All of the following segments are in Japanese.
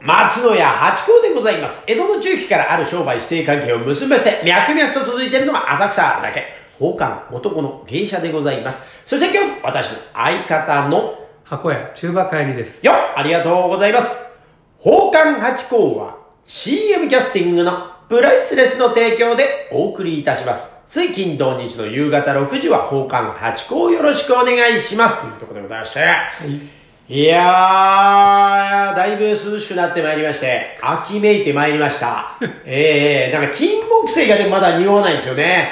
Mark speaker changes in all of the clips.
Speaker 1: 松野屋八甲でございます。江戸の中期からある商売指定関係を結びまして、脈々と続いているのが浅草だけ。宝冠男の芸者でございます。そして今日、私の相方の
Speaker 2: 箱屋中馬帰りです
Speaker 1: よありがとうございます。宝冠八甲は CM キャスティングのプライスレスの提供でお送りいたします。つい金土日の夕方6時は宝冠八甲をよろしくお願いします。というところでございまして。い、やー、だいぶ涼しくなってまいりまして、秋めいてまいりました。ええなんか金木犀がでもまだ匂わないんですよね。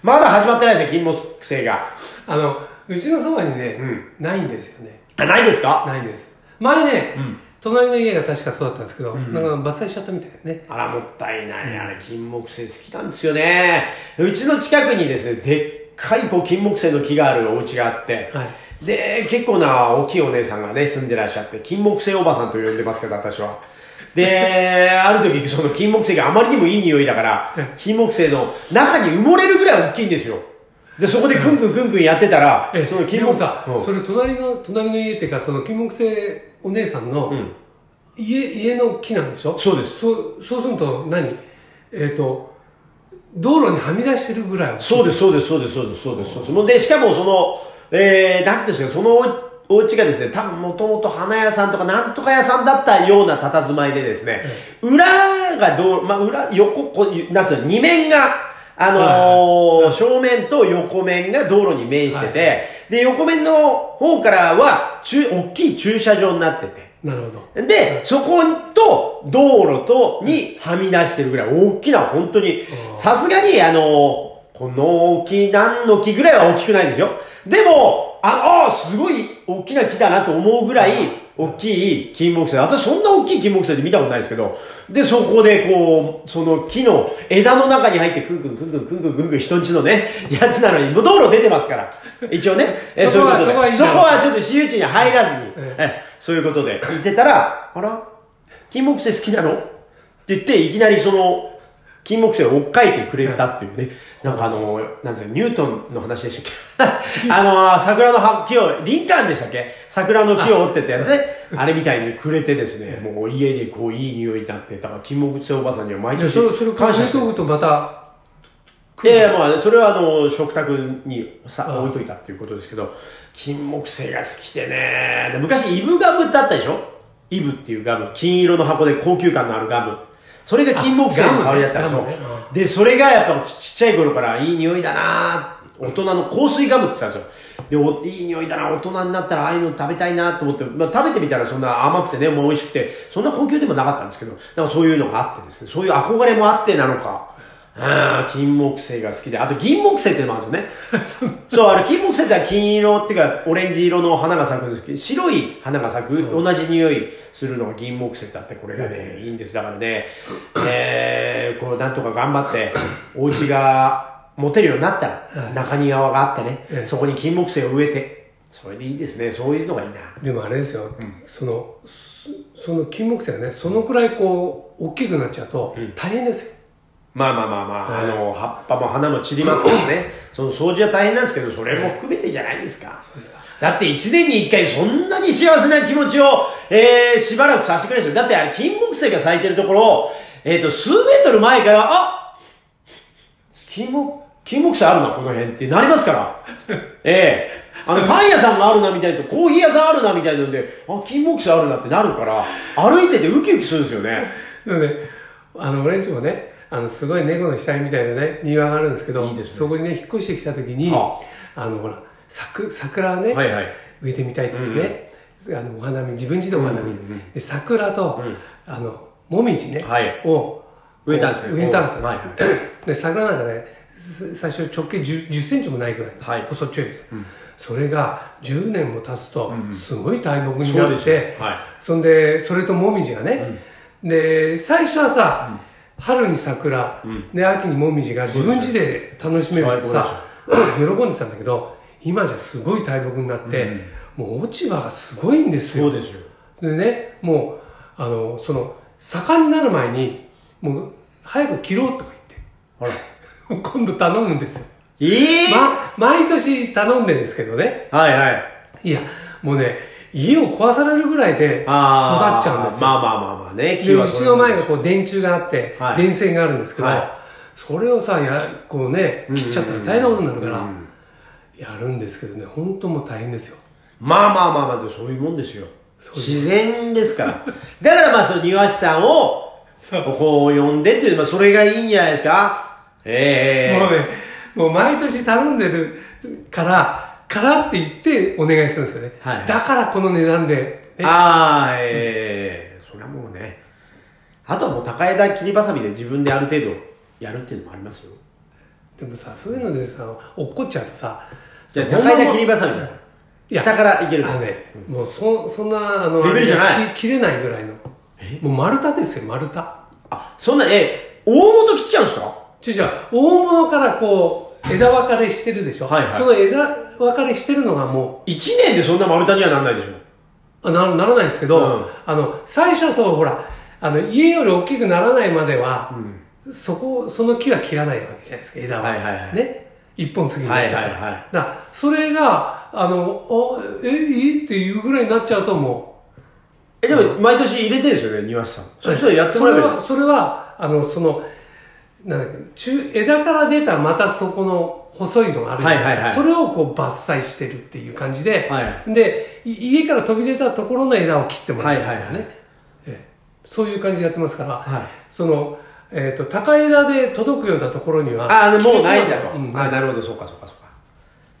Speaker 1: まだ始まってないですね、金木犀が。
Speaker 2: あのうちのそばにね、
Speaker 1: うん
Speaker 2: ないんですよね
Speaker 1: あないですか
Speaker 2: ないんです前ね、
Speaker 1: ん
Speaker 2: 隣の家が確かそうだったんですけど、なんか伐採しちゃったみたいなね
Speaker 1: あら、もったいない。あれ、金木犀好きなんですよね。うちの近くにですね、でっかいこう金木犀の木があるお家があって、
Speaker 2: は
Speaker 1: で、結構な大きいお姉さんがね、住んでらっしゃって、金木犀おばさんと呼んでますけど、私は。で、ある時、その金木犀があまりにもいい匂いだから、金木犀の中に埋もれるぐらい大きいんですよ。で、そこでぐんぐんぐんぐんやってたら、
Speaker 2: え
Speaker 1: その
Speaker 2: で
Speaker 1: 金
Speaker 2: も
Speaker 1: 木
Speaker 2: さ、
Speaker 1: うん
Speaker 2: それ隣の隣の家っていうかその金木犀お姉さんの、
Speaker 1: ん
Speaker 2: 家家の木なんでしょ
Speaker 1: そうです
Speaker 2: そうそうすると何えっ、と道路にはみ出してるぐらい
Speaker 1: そうです、そうです、そうです、そうです、そうです。そうですもうで、しかもその、えー、なんていうんですか、そのおお家がですね、多分もともと花屋さんとかなんとか屋さんだったような佇まいでですね、裏がどう、まあ、裏、横、こうなんていうの、二面が、あのー正面と横面が道路に面してて、
Speaker 2: はい
Speaker 1: で、横面の方からは、中、大きい駐車場になってて、
Speaker 2: なるほど
Speaker 1: で、そこと、道路と、に、はみ出してるぐらい、大きな、本当に
Speaker 2: う、ん
Speaker 1: さすがに、あの、この木、何の木ぐらいは大きくないですよ。でも、あ、あーすごい大きな木だなと思うぐらい、大きい金木犀。私そんな大きい金木犀って見たことないですけど、で、そこで、こう、その木の枝の中に入って、くんくんくんくんくんくんくんくん人んちのね、やつなのに、もう道路出てますから。一応ね。え
Speaker 2: そこは
Speaker 1: そういうことで
Speaker 2: そこはいい
Speaker 1: そこはち
Speaker 2: んだ
Speaker 1: ょっと私有地に入らずに、
Speaker 2: ええ
Speaker 1: えそういうことで言ってたら、あら、金木犀好きなのって言って、いきなりその、金木犀を追っかいてくれたっていうね。なんかあの、なんですか、ニュートンの話でしたっけ あの、桜の葉木を、林間でしたっけ桜の木を折ってたやつね。あれみたいにくれてですね、もう家にこういい匂いになって、だから金木犀おばさんには毎
Speaker 2: で
Speaker 1: 年
Speaker 2: そそれを
Speaker 1: 感
Speaker 2: 感
Speaker 1: 謝
Speaker 2: じ
Speaker 1: して
Speaker 2: と
Speaker 1: る。
Speaker 2: くとまた
Speaker 1: いやいや、まあ、それはあの、食卓にさ、置いといたっていうことですけど、金木犀が好きでね、で昔、イブガブってあったでしょイブっていうガム。金色の箱で高級感のあるガム。それが金木犀の香りだったら
Speaker 2: あ
Speaker 1: そ
Speaker 2: ガ
Speaker 1: う
Speaker 2: ムね
Speaker 1: で、それがやっぱちちっちゃい頃からいい匂いだな大人の香水ガムって言ってたんですよ。でお、いい匂いだな大人になったらああいうの食べたいなと思って、まあ、食べてみたらそんな甘くてね、もう美味しくて、そんな高級でもなかったんですけど、なんかそういうのがあってですね、そういう憧れもあってなのか、うん、金木犀が好きで、あと銀木犀ってのもあるんですよね。
Speaker 2: その
Speaker 1: そう、あれ、金木犀ってのは金色っていうか、オレンジ色の花が咲くんですけど、白い花が咲く、同じ匂いするのが銀木犀だって、これがね、いいんです。だからね、えー、こう、なんとか頑張って、お家が持てるようになったら、中庭があって
Speaker 2: え
Speaker 1: ね、
Speaker 2: え
Speaker 1: そこに金木犀を植えて、それでいいですね。そういうのがいいな。
Speaker 2: でもあれですよ、そのそその金木犀がねそのくらいこう大きくなっちゃうと大変ですよ、
Speaker 1: まあまあまあまあ、あの、葉っぱも花も散りますから ね。その掃除は大変なんですけど、それも含めてじゃないですか。
Speaker 2: そうですか
Speaker 1: だって一年に一回そんなに幸せな気持ちを、えー、しばらくさせてくれるんですよ。だってあれ、金木犀が咲いてるところを、えっ、と、数メートル前から、あ金木、金木犀あるな、この辺ってなりますから。 ええあの、パン屋さんがあるなみたいな、コーヒー屋さんあるなみたいなので、あ、金木犀あるなってなるから、歩いててウキウキするんですよね。
Speaker 2: なので、あの、俺んちもね、あの、すごい猫の死体みたいなね、庭があるんですけど、
Speaker 1: いいですね
Speaker 2: そこにね、引っ越してきた時に、
Speaker 1: は
Speaker 2: あの、ほら、桜、桜をね、
Speaker 1: はいはい
Speaker 2: 植えてみたいっていうね、あの、お花見、自分自でお花見、で桜と、あの、もみじね、
Speaker 1: はい
Speaker 2: を、
Speaker 1: 植えたんですよ。
Speaker 2: 植えたんですよ。
Speaker 1: はいはい。
Speaker 2: で桜なんかねす最初直径 10, 10センチもないぐらい、
Speaker 1: はい
Speaker 2: 細っちょいですよ、それが10年も経つとすごい大木に
Speaker 1: そう
Speaker 2: な
Speaker 1: で
Speaker 2: っ
Speaker 1: すよ
Speaker 2: て、そ
Speaker 1: はい
Speaker 2: んでそれともみじがね、で最初はさ、春に桜、で秋にもみじが自分自で楽しめるってさ喜んでたんだけど今じゃすごい大木になって、もう落ち葉がすごいんですよ
Speaker 1: そうですよ。
Speaker 2: でね、もう、あの、その、盛んになる前に、もう、早く切ろうとか
Speaker 1: ほら。
Speaker 2: 言 って、今度頼むんですよ。
Speaker 1: ええ
Speaker 2: ま、毎年頼んでるんですけどね。
Speaker 1: はいはい。
Speaker 2: いや、もうね、家を壊されるぐらいで育っち
Speaker 1: あー
Speaker 2: ゃうんですよ。
Speaker 1: まあまあまあまあね。
Speaker 2: で、うちの前が
Speaker 1: こ
Speaker 2: こう電柱があって、
Speaker 1: はい
Speaker 2: 電線があるんですけど、
Speaker 1: は
Speaker 2: それをさ、や、こうね、切っちゃったら大変なことになるから、
Speaker 1: うん
Speaker 2: やるんですけどね、本当もう大変ですよ。
Speaker 1: まあまあまあまあ、でもそういうもんですよ。
Speaker 2: そうです
Speaker 1: 自然ですから。だからまあ、その庭師さんを、こう呼んでっていう、まあ、それがいいんじゃないですか。え
Speaker 2: もう
Speaker 1: え
Speaker 2: ね、もう毎年頼んでるから、からって言ってお願いしてるんですよね。
Speaker 1: はいはい
Speaker 2: だからこの値段で、ね
Speaker 1: ああ、ええそれはもうね。あとはもう高枝切りばさみで自分である程度やるっていうのもありますよ。
Speaker 2: でもさ、そういうのでさ、落っこっちゃうとさ、
Speaker 1: じゃあ
Speaker 2: その
Speaker 1: 高枝切りばさみだ。
Speaker 2: いや
Speaker 1: 下からいけるん
Speaker 2: あ
Speaker 1: です
Speaker 2: の
Speaker 1: よ
Speaker 2: ね、もうそそんなあの
Speaker 1: レベルじゃない
Speaker 2: あれき切れないぐらいのもう丸太ですよ丸太
Speaker 1: あ、そんな、え、大元切っちゃうんですか
Speaker 2: ちょちょ大物からこう枝分かれしてるでしょ、
Speaker 1: はいはい
Speaker 2: その枝分かれしてるのがも
Speaker 1: ?1 年でそんな丸太にはならないでしょ。
Speaker 2: うあなならないんですけど、
Speaker 1: うん
Speaker 2: あの最初はそうほらあの家より大きくならないまでは、そこその木は切らないわけじゃないですか枝は、
Speaker 1: はいはいはい
Speaker 2: ね一本杉になっちゃうから、
Speaker 1: はいはいはい
Speaker 2: だからそれがあのあえいいっていうぐらいになっちゃうともう
Speaker 1: え、でも毎年入れてるんですよね、庭師さん。そしたらやってもらえばいい
Speaker 2: それは、それは、あの、その、なんだっけ中、枝から出たまたそこの細いのがあるじゃないですか。
Speaker 1: はいはいはい
Speaker 2: それをこう伐採してるっていう感じで、
Speaker 1: は
Speaker 2: で、い家から飛び出たところの枝を切ってもら
Speaker 1: は
Speaker 2: う、
Speaker 1: いはいはい
Speaker 2: ねええそういう感じでやってますから、
Speaker 1: はい
Speaker 2: その、えっ、と、高枝で届くようなところには、
Speaker 1: ああ、もうないんだと。
Speaker 2: うん
Speaker 1: あなるほど、そうかそうかそうか。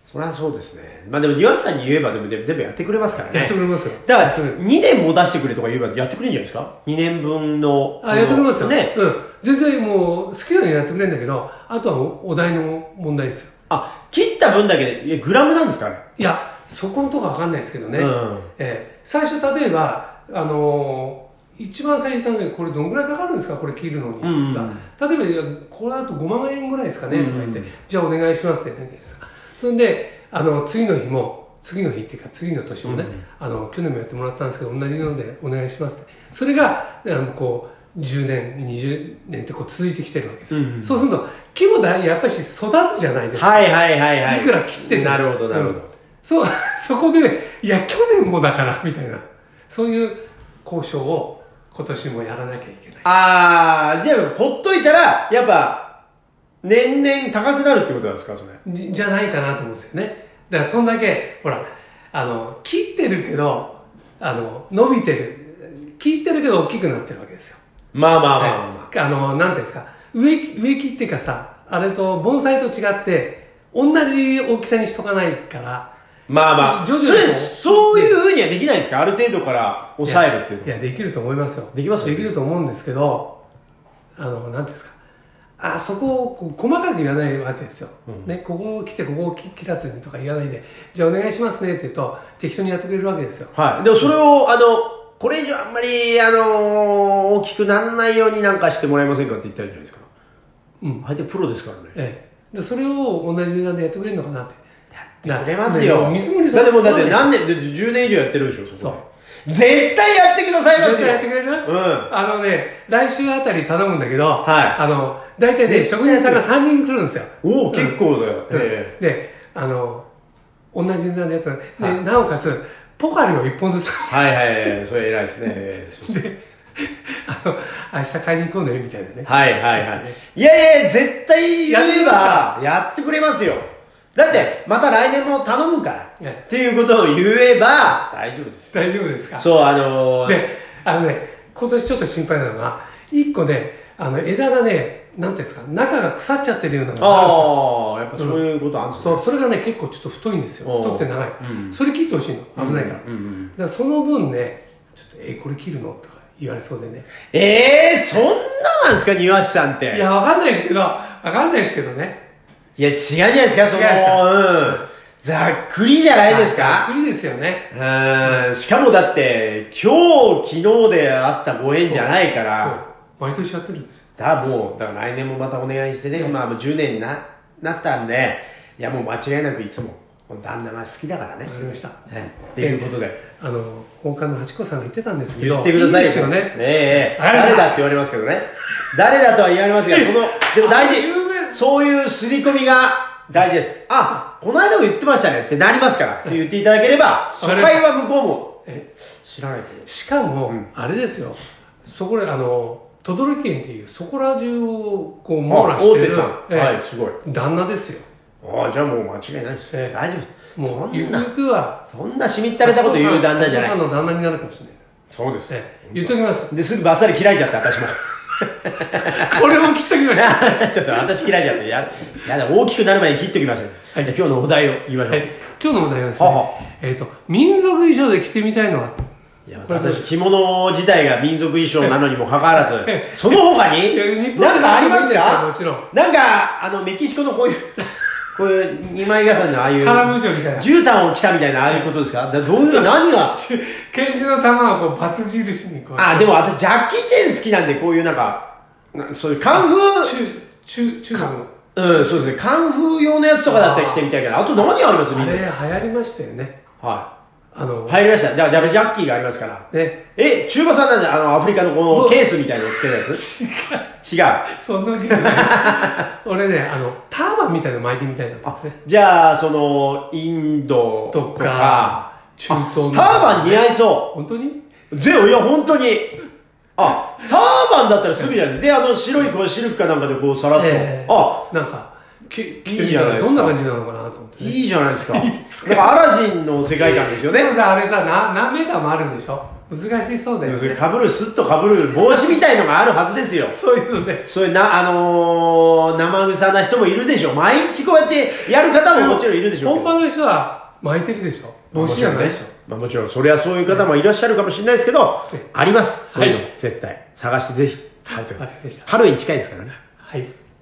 Speaker 1: そりゃそうですね。まあでも庭師さんに言えばでもでも全部やってくれますからね。
Speaker 2: やってくれますよ。
Speaker 1: だから
Speaker 2: やってくれる
Speaker 1: 2年も出してくれとか言えばやってくれるんじゃないですか ?2 年分の。
Speaker 2: あ、やってくれますよ。
Speaker 1: ね。
Speaker 2: うん。全然もう、好きなようにやってくれるんだけど、あとはおお題の問題ですよ。
Speaker 1: あ、切った分だけで、えグラムなんですかね
Speaker 2: いや、そこのとこわかんないですけどね。
Speaker 1: うん
Speaker 2: ええ最初、例えば、あのー一番最初に頼んでこれどんぐらいかかるんですかこれ切るのに。
Speaker 1: うんうん
Speaker 2: 例えばいや、これだと5万円ぐらいですかね、
Speaker 1: うんうん
Speaker 2: とか言って、じゃあお願いしますって言ってんですよそれで、あの、次の日も、次の日っていうか、次の年もね、あの、去年もやってもらったんですけど、同じのでお願いしますって。それが、あの、こう、10年、20年ってこう続いてきてるわけですよ。
Speaker 1: うんうん
Speaker 2: そうすると、木もだいやっぱり育つじゃないですか。
Speaker 1: はいはいはいはい。
Speaker 2: いくら切って
Speaker 1: なるほどなるほ
Speaker 2: うん
Speaker 1: ど。
Speaker 2: そう、 そこで、いや、去年もだから、みたいな。そういう交渉を今年もやらなきゃいけない。
Speaker 1: ああ、じゃあほっといたら、やっぱ、年々高くなるってことなんですかそれ。
Speaker 2: じじゃないかなと思うんですよね。だから、そんだけ、ほら、あの、切ってるけど、あの、伸びてる。切ってるけど大きくなってるわけですよ。
Speaker 1: まあまあまあまあまあ。
Speaker 2: あの、なんていうんですか、植木、植木っていうかさ、あれと盆栽と違って、同じ大きさにしとかないから、
Speaker 1: まあまあ。
Speaker 2: 徐々に
Speaker 1: それ、
Speaker 2: こう
Speaker 1: そういうふうにはできないんですかある程度から抑えるっていうの
Speaker 2: いや、いやできると思いますよ。
Speaker 1: できますよね
Speaker 2: できると思うんですけど、あの、なんていうんですか。あそこをこう細かく言わないわけですよ。ね、ここを来て、ここを切切らずにとか言わないで、じゃあお願いしますねって言うと、適当にやってくれるわけですよ。
Speaker 1: はい。でもそれを、あの、これ以上あんまり、あのー大きくならないようになんかしてもらえませんかって言ったらいいんじゃないですか。
Speaker 2: うん。
Speaker 1: 相手プロですからね。
Speaker 2: ええ。で、それを同じ値段でやってくれるのかなって。や
Speaker 1: やってくれますよ。
Speaker 2: 見積もり
Speaker 1: だってもう、だって
Speaker 2: な
Speaker 1: 何年、で10年以上やってるでしょ、そこで。絶対やってくださいます
Speaker 2: 絶
Speaker 1: よ。
Speaker 2: 対やってくれ
Speaker 1: う
Speaker 2: る
Speaker 1: ん。
Speaker 2: あのね、来週あたり頼むんだけど、
Speaker 1: はい
Speaker 2: あの、大体ね、
Speaker 1: 絶対
Speaker 2: 職人さんが3人来るんですよ。
Speaker 1: お
Speaker 2: う
Speaker 1: お、
Speaker 2: ん
Speaker 1: 結構だよ。え
Speaker 2: であの同じ値段でやったら、で
Speaker 1: はい
Speaker 2: なおかつポカリを1本ずつ
Speaker 1: え はいはいはい。それ偉いですね。ええ
Speaker 2: あの明日買いに行こうねみたいなね、
Speaker 1: はいはいはい。いやいや、絶対
Speaker 2: やって
Speaker 1: 言
Speaker 2: く
Speaker 1: え
Speaker 2: れます
Speaker 1: ば、やってくれますよ。だって、また来年も頼むから。
Speaker 2: ええ
Speaker 1: っていうことを言えば、大丈夫です。
Speaker 2: 大丈夫ですか
Speaker 1: そう、あのー、
Speaker 2: であのね今年ちょっと心配なのが1個ねあの枝がねなんていうんですか中が腐っちゃってるようなのがあるんです
Speaker 1: あ
Speaker 2: よ
Speaker 1: あ、やっぱそういうことあるんですね。
Speaker 2: そうそれがね結構ちょっと太いんですよ
Speaker 1: おう
Speaker 2: 太くて長い、
Speaker 1: うん
Speaker 2: それ切ってほしいの危ないから、
Speaker 1: うんうんうん
Speaker 2: だからその分ねちょっと「えこれ切るの?」とか言われそうでね
Speaker 1: ええそんななんですか、庭師さんって。
Speaker 2: いやわかんないですけどわかんないですけどね
Speaker 1: いや違うじゃないですか、そ
Speaker 2: 違うです
Speaker 1: の、うん。ざっくりじゃないです
Speaker 2: ざ
Speaker 1: か
Speaker 2: っくりですよね
Speaker 1: うん、しかもだって、今日、昨日であったご縁じゃないか
Speaker 2: そう
Speaker 1: ら、
Speaker 2: 毎年やってるんですよ
Speaker 1: だ、もう、だから来年もまたお願いしてね、まあもう10年にな、なったんで、いやもう間違いなくいつも、旦那が好きだからね
Speaker 2: わ。かりました。
Speaker 1: はいっていうことで、
Speaker 2: あの、本館の八子さんが言ってたんですけど。
Speaker 1: 言ってください
Speaker 2: いですよね。
Speaker 1: ええええ
Speaker 2: わかりまし
Speaker 1: 誰
Speaker 2: た
Speaker 1: だって言われますけどね。誰だとは言われますけど、その、でも大
Speaker 2: あ有名
Speaker 1: 事。そういう刷り込みが大事です。あ、この間も言ってましたねってなりますから、って言っていただければ、
Speaker 2: わか
Speaker 1: 初
Speaker 2: りました
Speaker 1: 回は向こうも
Speaker 2: え
Speaker 1: 知らないけど。
Speaker 2: しかも、あれですよそこらあの等々力園っていうそこら中をこう網羅
Speaker 1: あ
Speaker 2: してる
Speaker 1: さん。
Speaker 2: ええ
Speaker 1: はい、すごい。
Speaker 2: 旦那ですよ
Speaker 1: ああ、じゃあもう間違いないです。
Speaker 2: ええ
Speaker 1: 大丈
Speaker 2: も
Speaker 1: そん
Speaker 2: う
Speaker 1: な
Speaker 2: ゆくゆくは
Speaker 1: 夫。そんなしみったれたこと言う旦那じゃない。
Speaker 2: お父さんの旦那になるかもしれない、
Speaker 1: そうです。
Speaker 2: ええ、言っときます
Speaker 1: で、すぐバッサリ嫌いじゃった、私も。
Speaker 2: これも切っときます
Speaker 1: ちょっと私嫌いじゃった。ややだ、大きくなる前に切っときましょう。
Speaker 2: はい
Speaker 1: で今日のお題を言いましょう。
Speaker 2: はい今日のお題はですね、
Speaker 1: はは
Speaker 2: えっと民族衣装で着てみたいのはい
Speaker 1: や
Speaker 2: これどうです
Speaker 1: 私、着物自体が民族衣装なのにもかかわら
Speaker 2: え
Speaker 1: ず、その他に
Speaker 2: いや日本で、
Speaker 1: なんかあります
Speaker 2: も
Speaker 1: か
Speaker 2: ちろん
Speaker 1: なんか、あの、メキシコのこ ういう、こういう二枚重ねのああいう、
Speaker 2: カラムーチョみたいな
Speaker 1: 絨毯を着たみたいな、ああいうことですかだどういう、何 が、
Speaker 2: 拳銃の弾をこうバツ印にこう
Speaker 1: あ、でも私、ジャッキー・チェン好きなんで、こういうなんか、なそういうカンフー、
Speaker 2: 中中中国の
Speaker 1: うん、そうですね、カンフー用のやつとかだったら着てみたいけど、あと何ありますみ
Speaker 2: あ
Speaker 1: んな。
Speaker 2: れ流行りましたよね
Speaker 1: は
Speaker 2: あの、
Speaker 1: い。入りました。じゃあ、じゃあジャッキーがありますから。
Speaker 2: ね
Speaker 1: え、中馬さんなんで、あの、アフリカのこ
Speaker 2: う
Speaker 1: の
Speaker 2: ん
Speaker 1: ケースみたいなのつけたやつ
Speaker 2: 違 う
Speaker 1: 違う。
Speaker 2: そんなわけない俺ねあのターバンみたいなの巻いてみたいな
Speaker 1: あ
Speaker 2: のね
Speaker 1: じゃあ、その、インド
Speaker 2: と
Speaker 1: と
Speaker 2: か
Speaker 1: か、
Speaker 2: 中東の
Speaker 1: ターバン似合いそ
Speaker 2: 本当に
Speaker 1: う。ゼロ、いや、本当に。あ、ターバンだったらすぐじゃない。で、あの、白いこうシルクかなんかでこう、さらっと。
Speaker 2: ええ
Speaker 1: あ、
Speaker 2: なんかき着て
Speaker 1: いい
Speaker 2: み
Speaker 1: じ
Speaker 2: た
Speaker 1: ゃない
Speaker 2: ら
Speaker 1: いです
Speaker 2: ど
Speaker 1: か
Speaker 2: んな感じなのかなと思ってね
Speaker 1: いいじゃ ないですか。なんかアラジンの世界観ですよ
Speaker 2: で
Speaker 1: ね。
Speaker 2: もさあれさな何メーターもあるんでしょ難しそうだ
Speaker 1: で
Speaker 2: よ
Speaker 1: もそ
Speaker 2: ね
Speaker 1: れ被る、スッと被る帽子みたいのがあるはずですよ。
Speaker 2: そういうので
Speaker 1: そういうな、あのー、生臭な人もいるでしょ。毎日こうやってやる方ももちろんいるでしょうけ
Speaker 2: 本
Speaker 1: ど。
Speaker 2: 場の人は巻いてるでしょ帽子じゃないでしょ、
Speaker 1: まあもちろん、それはそういう方もいらっしゃるかもしれないですけど
Speaker 2: ええ、
Speaker 1: あります。そういうの
Speaker 2: は、
Speaker 1: 絶対。探してぜひ、入ってくだ
Speaker 2: わ
Speaker 1: さ
Speaker 2: か
Speaker 1: い
Speaker 2: りまし。た
Speaker 1: ハロウィン近いですからね。
Speaker 2: はい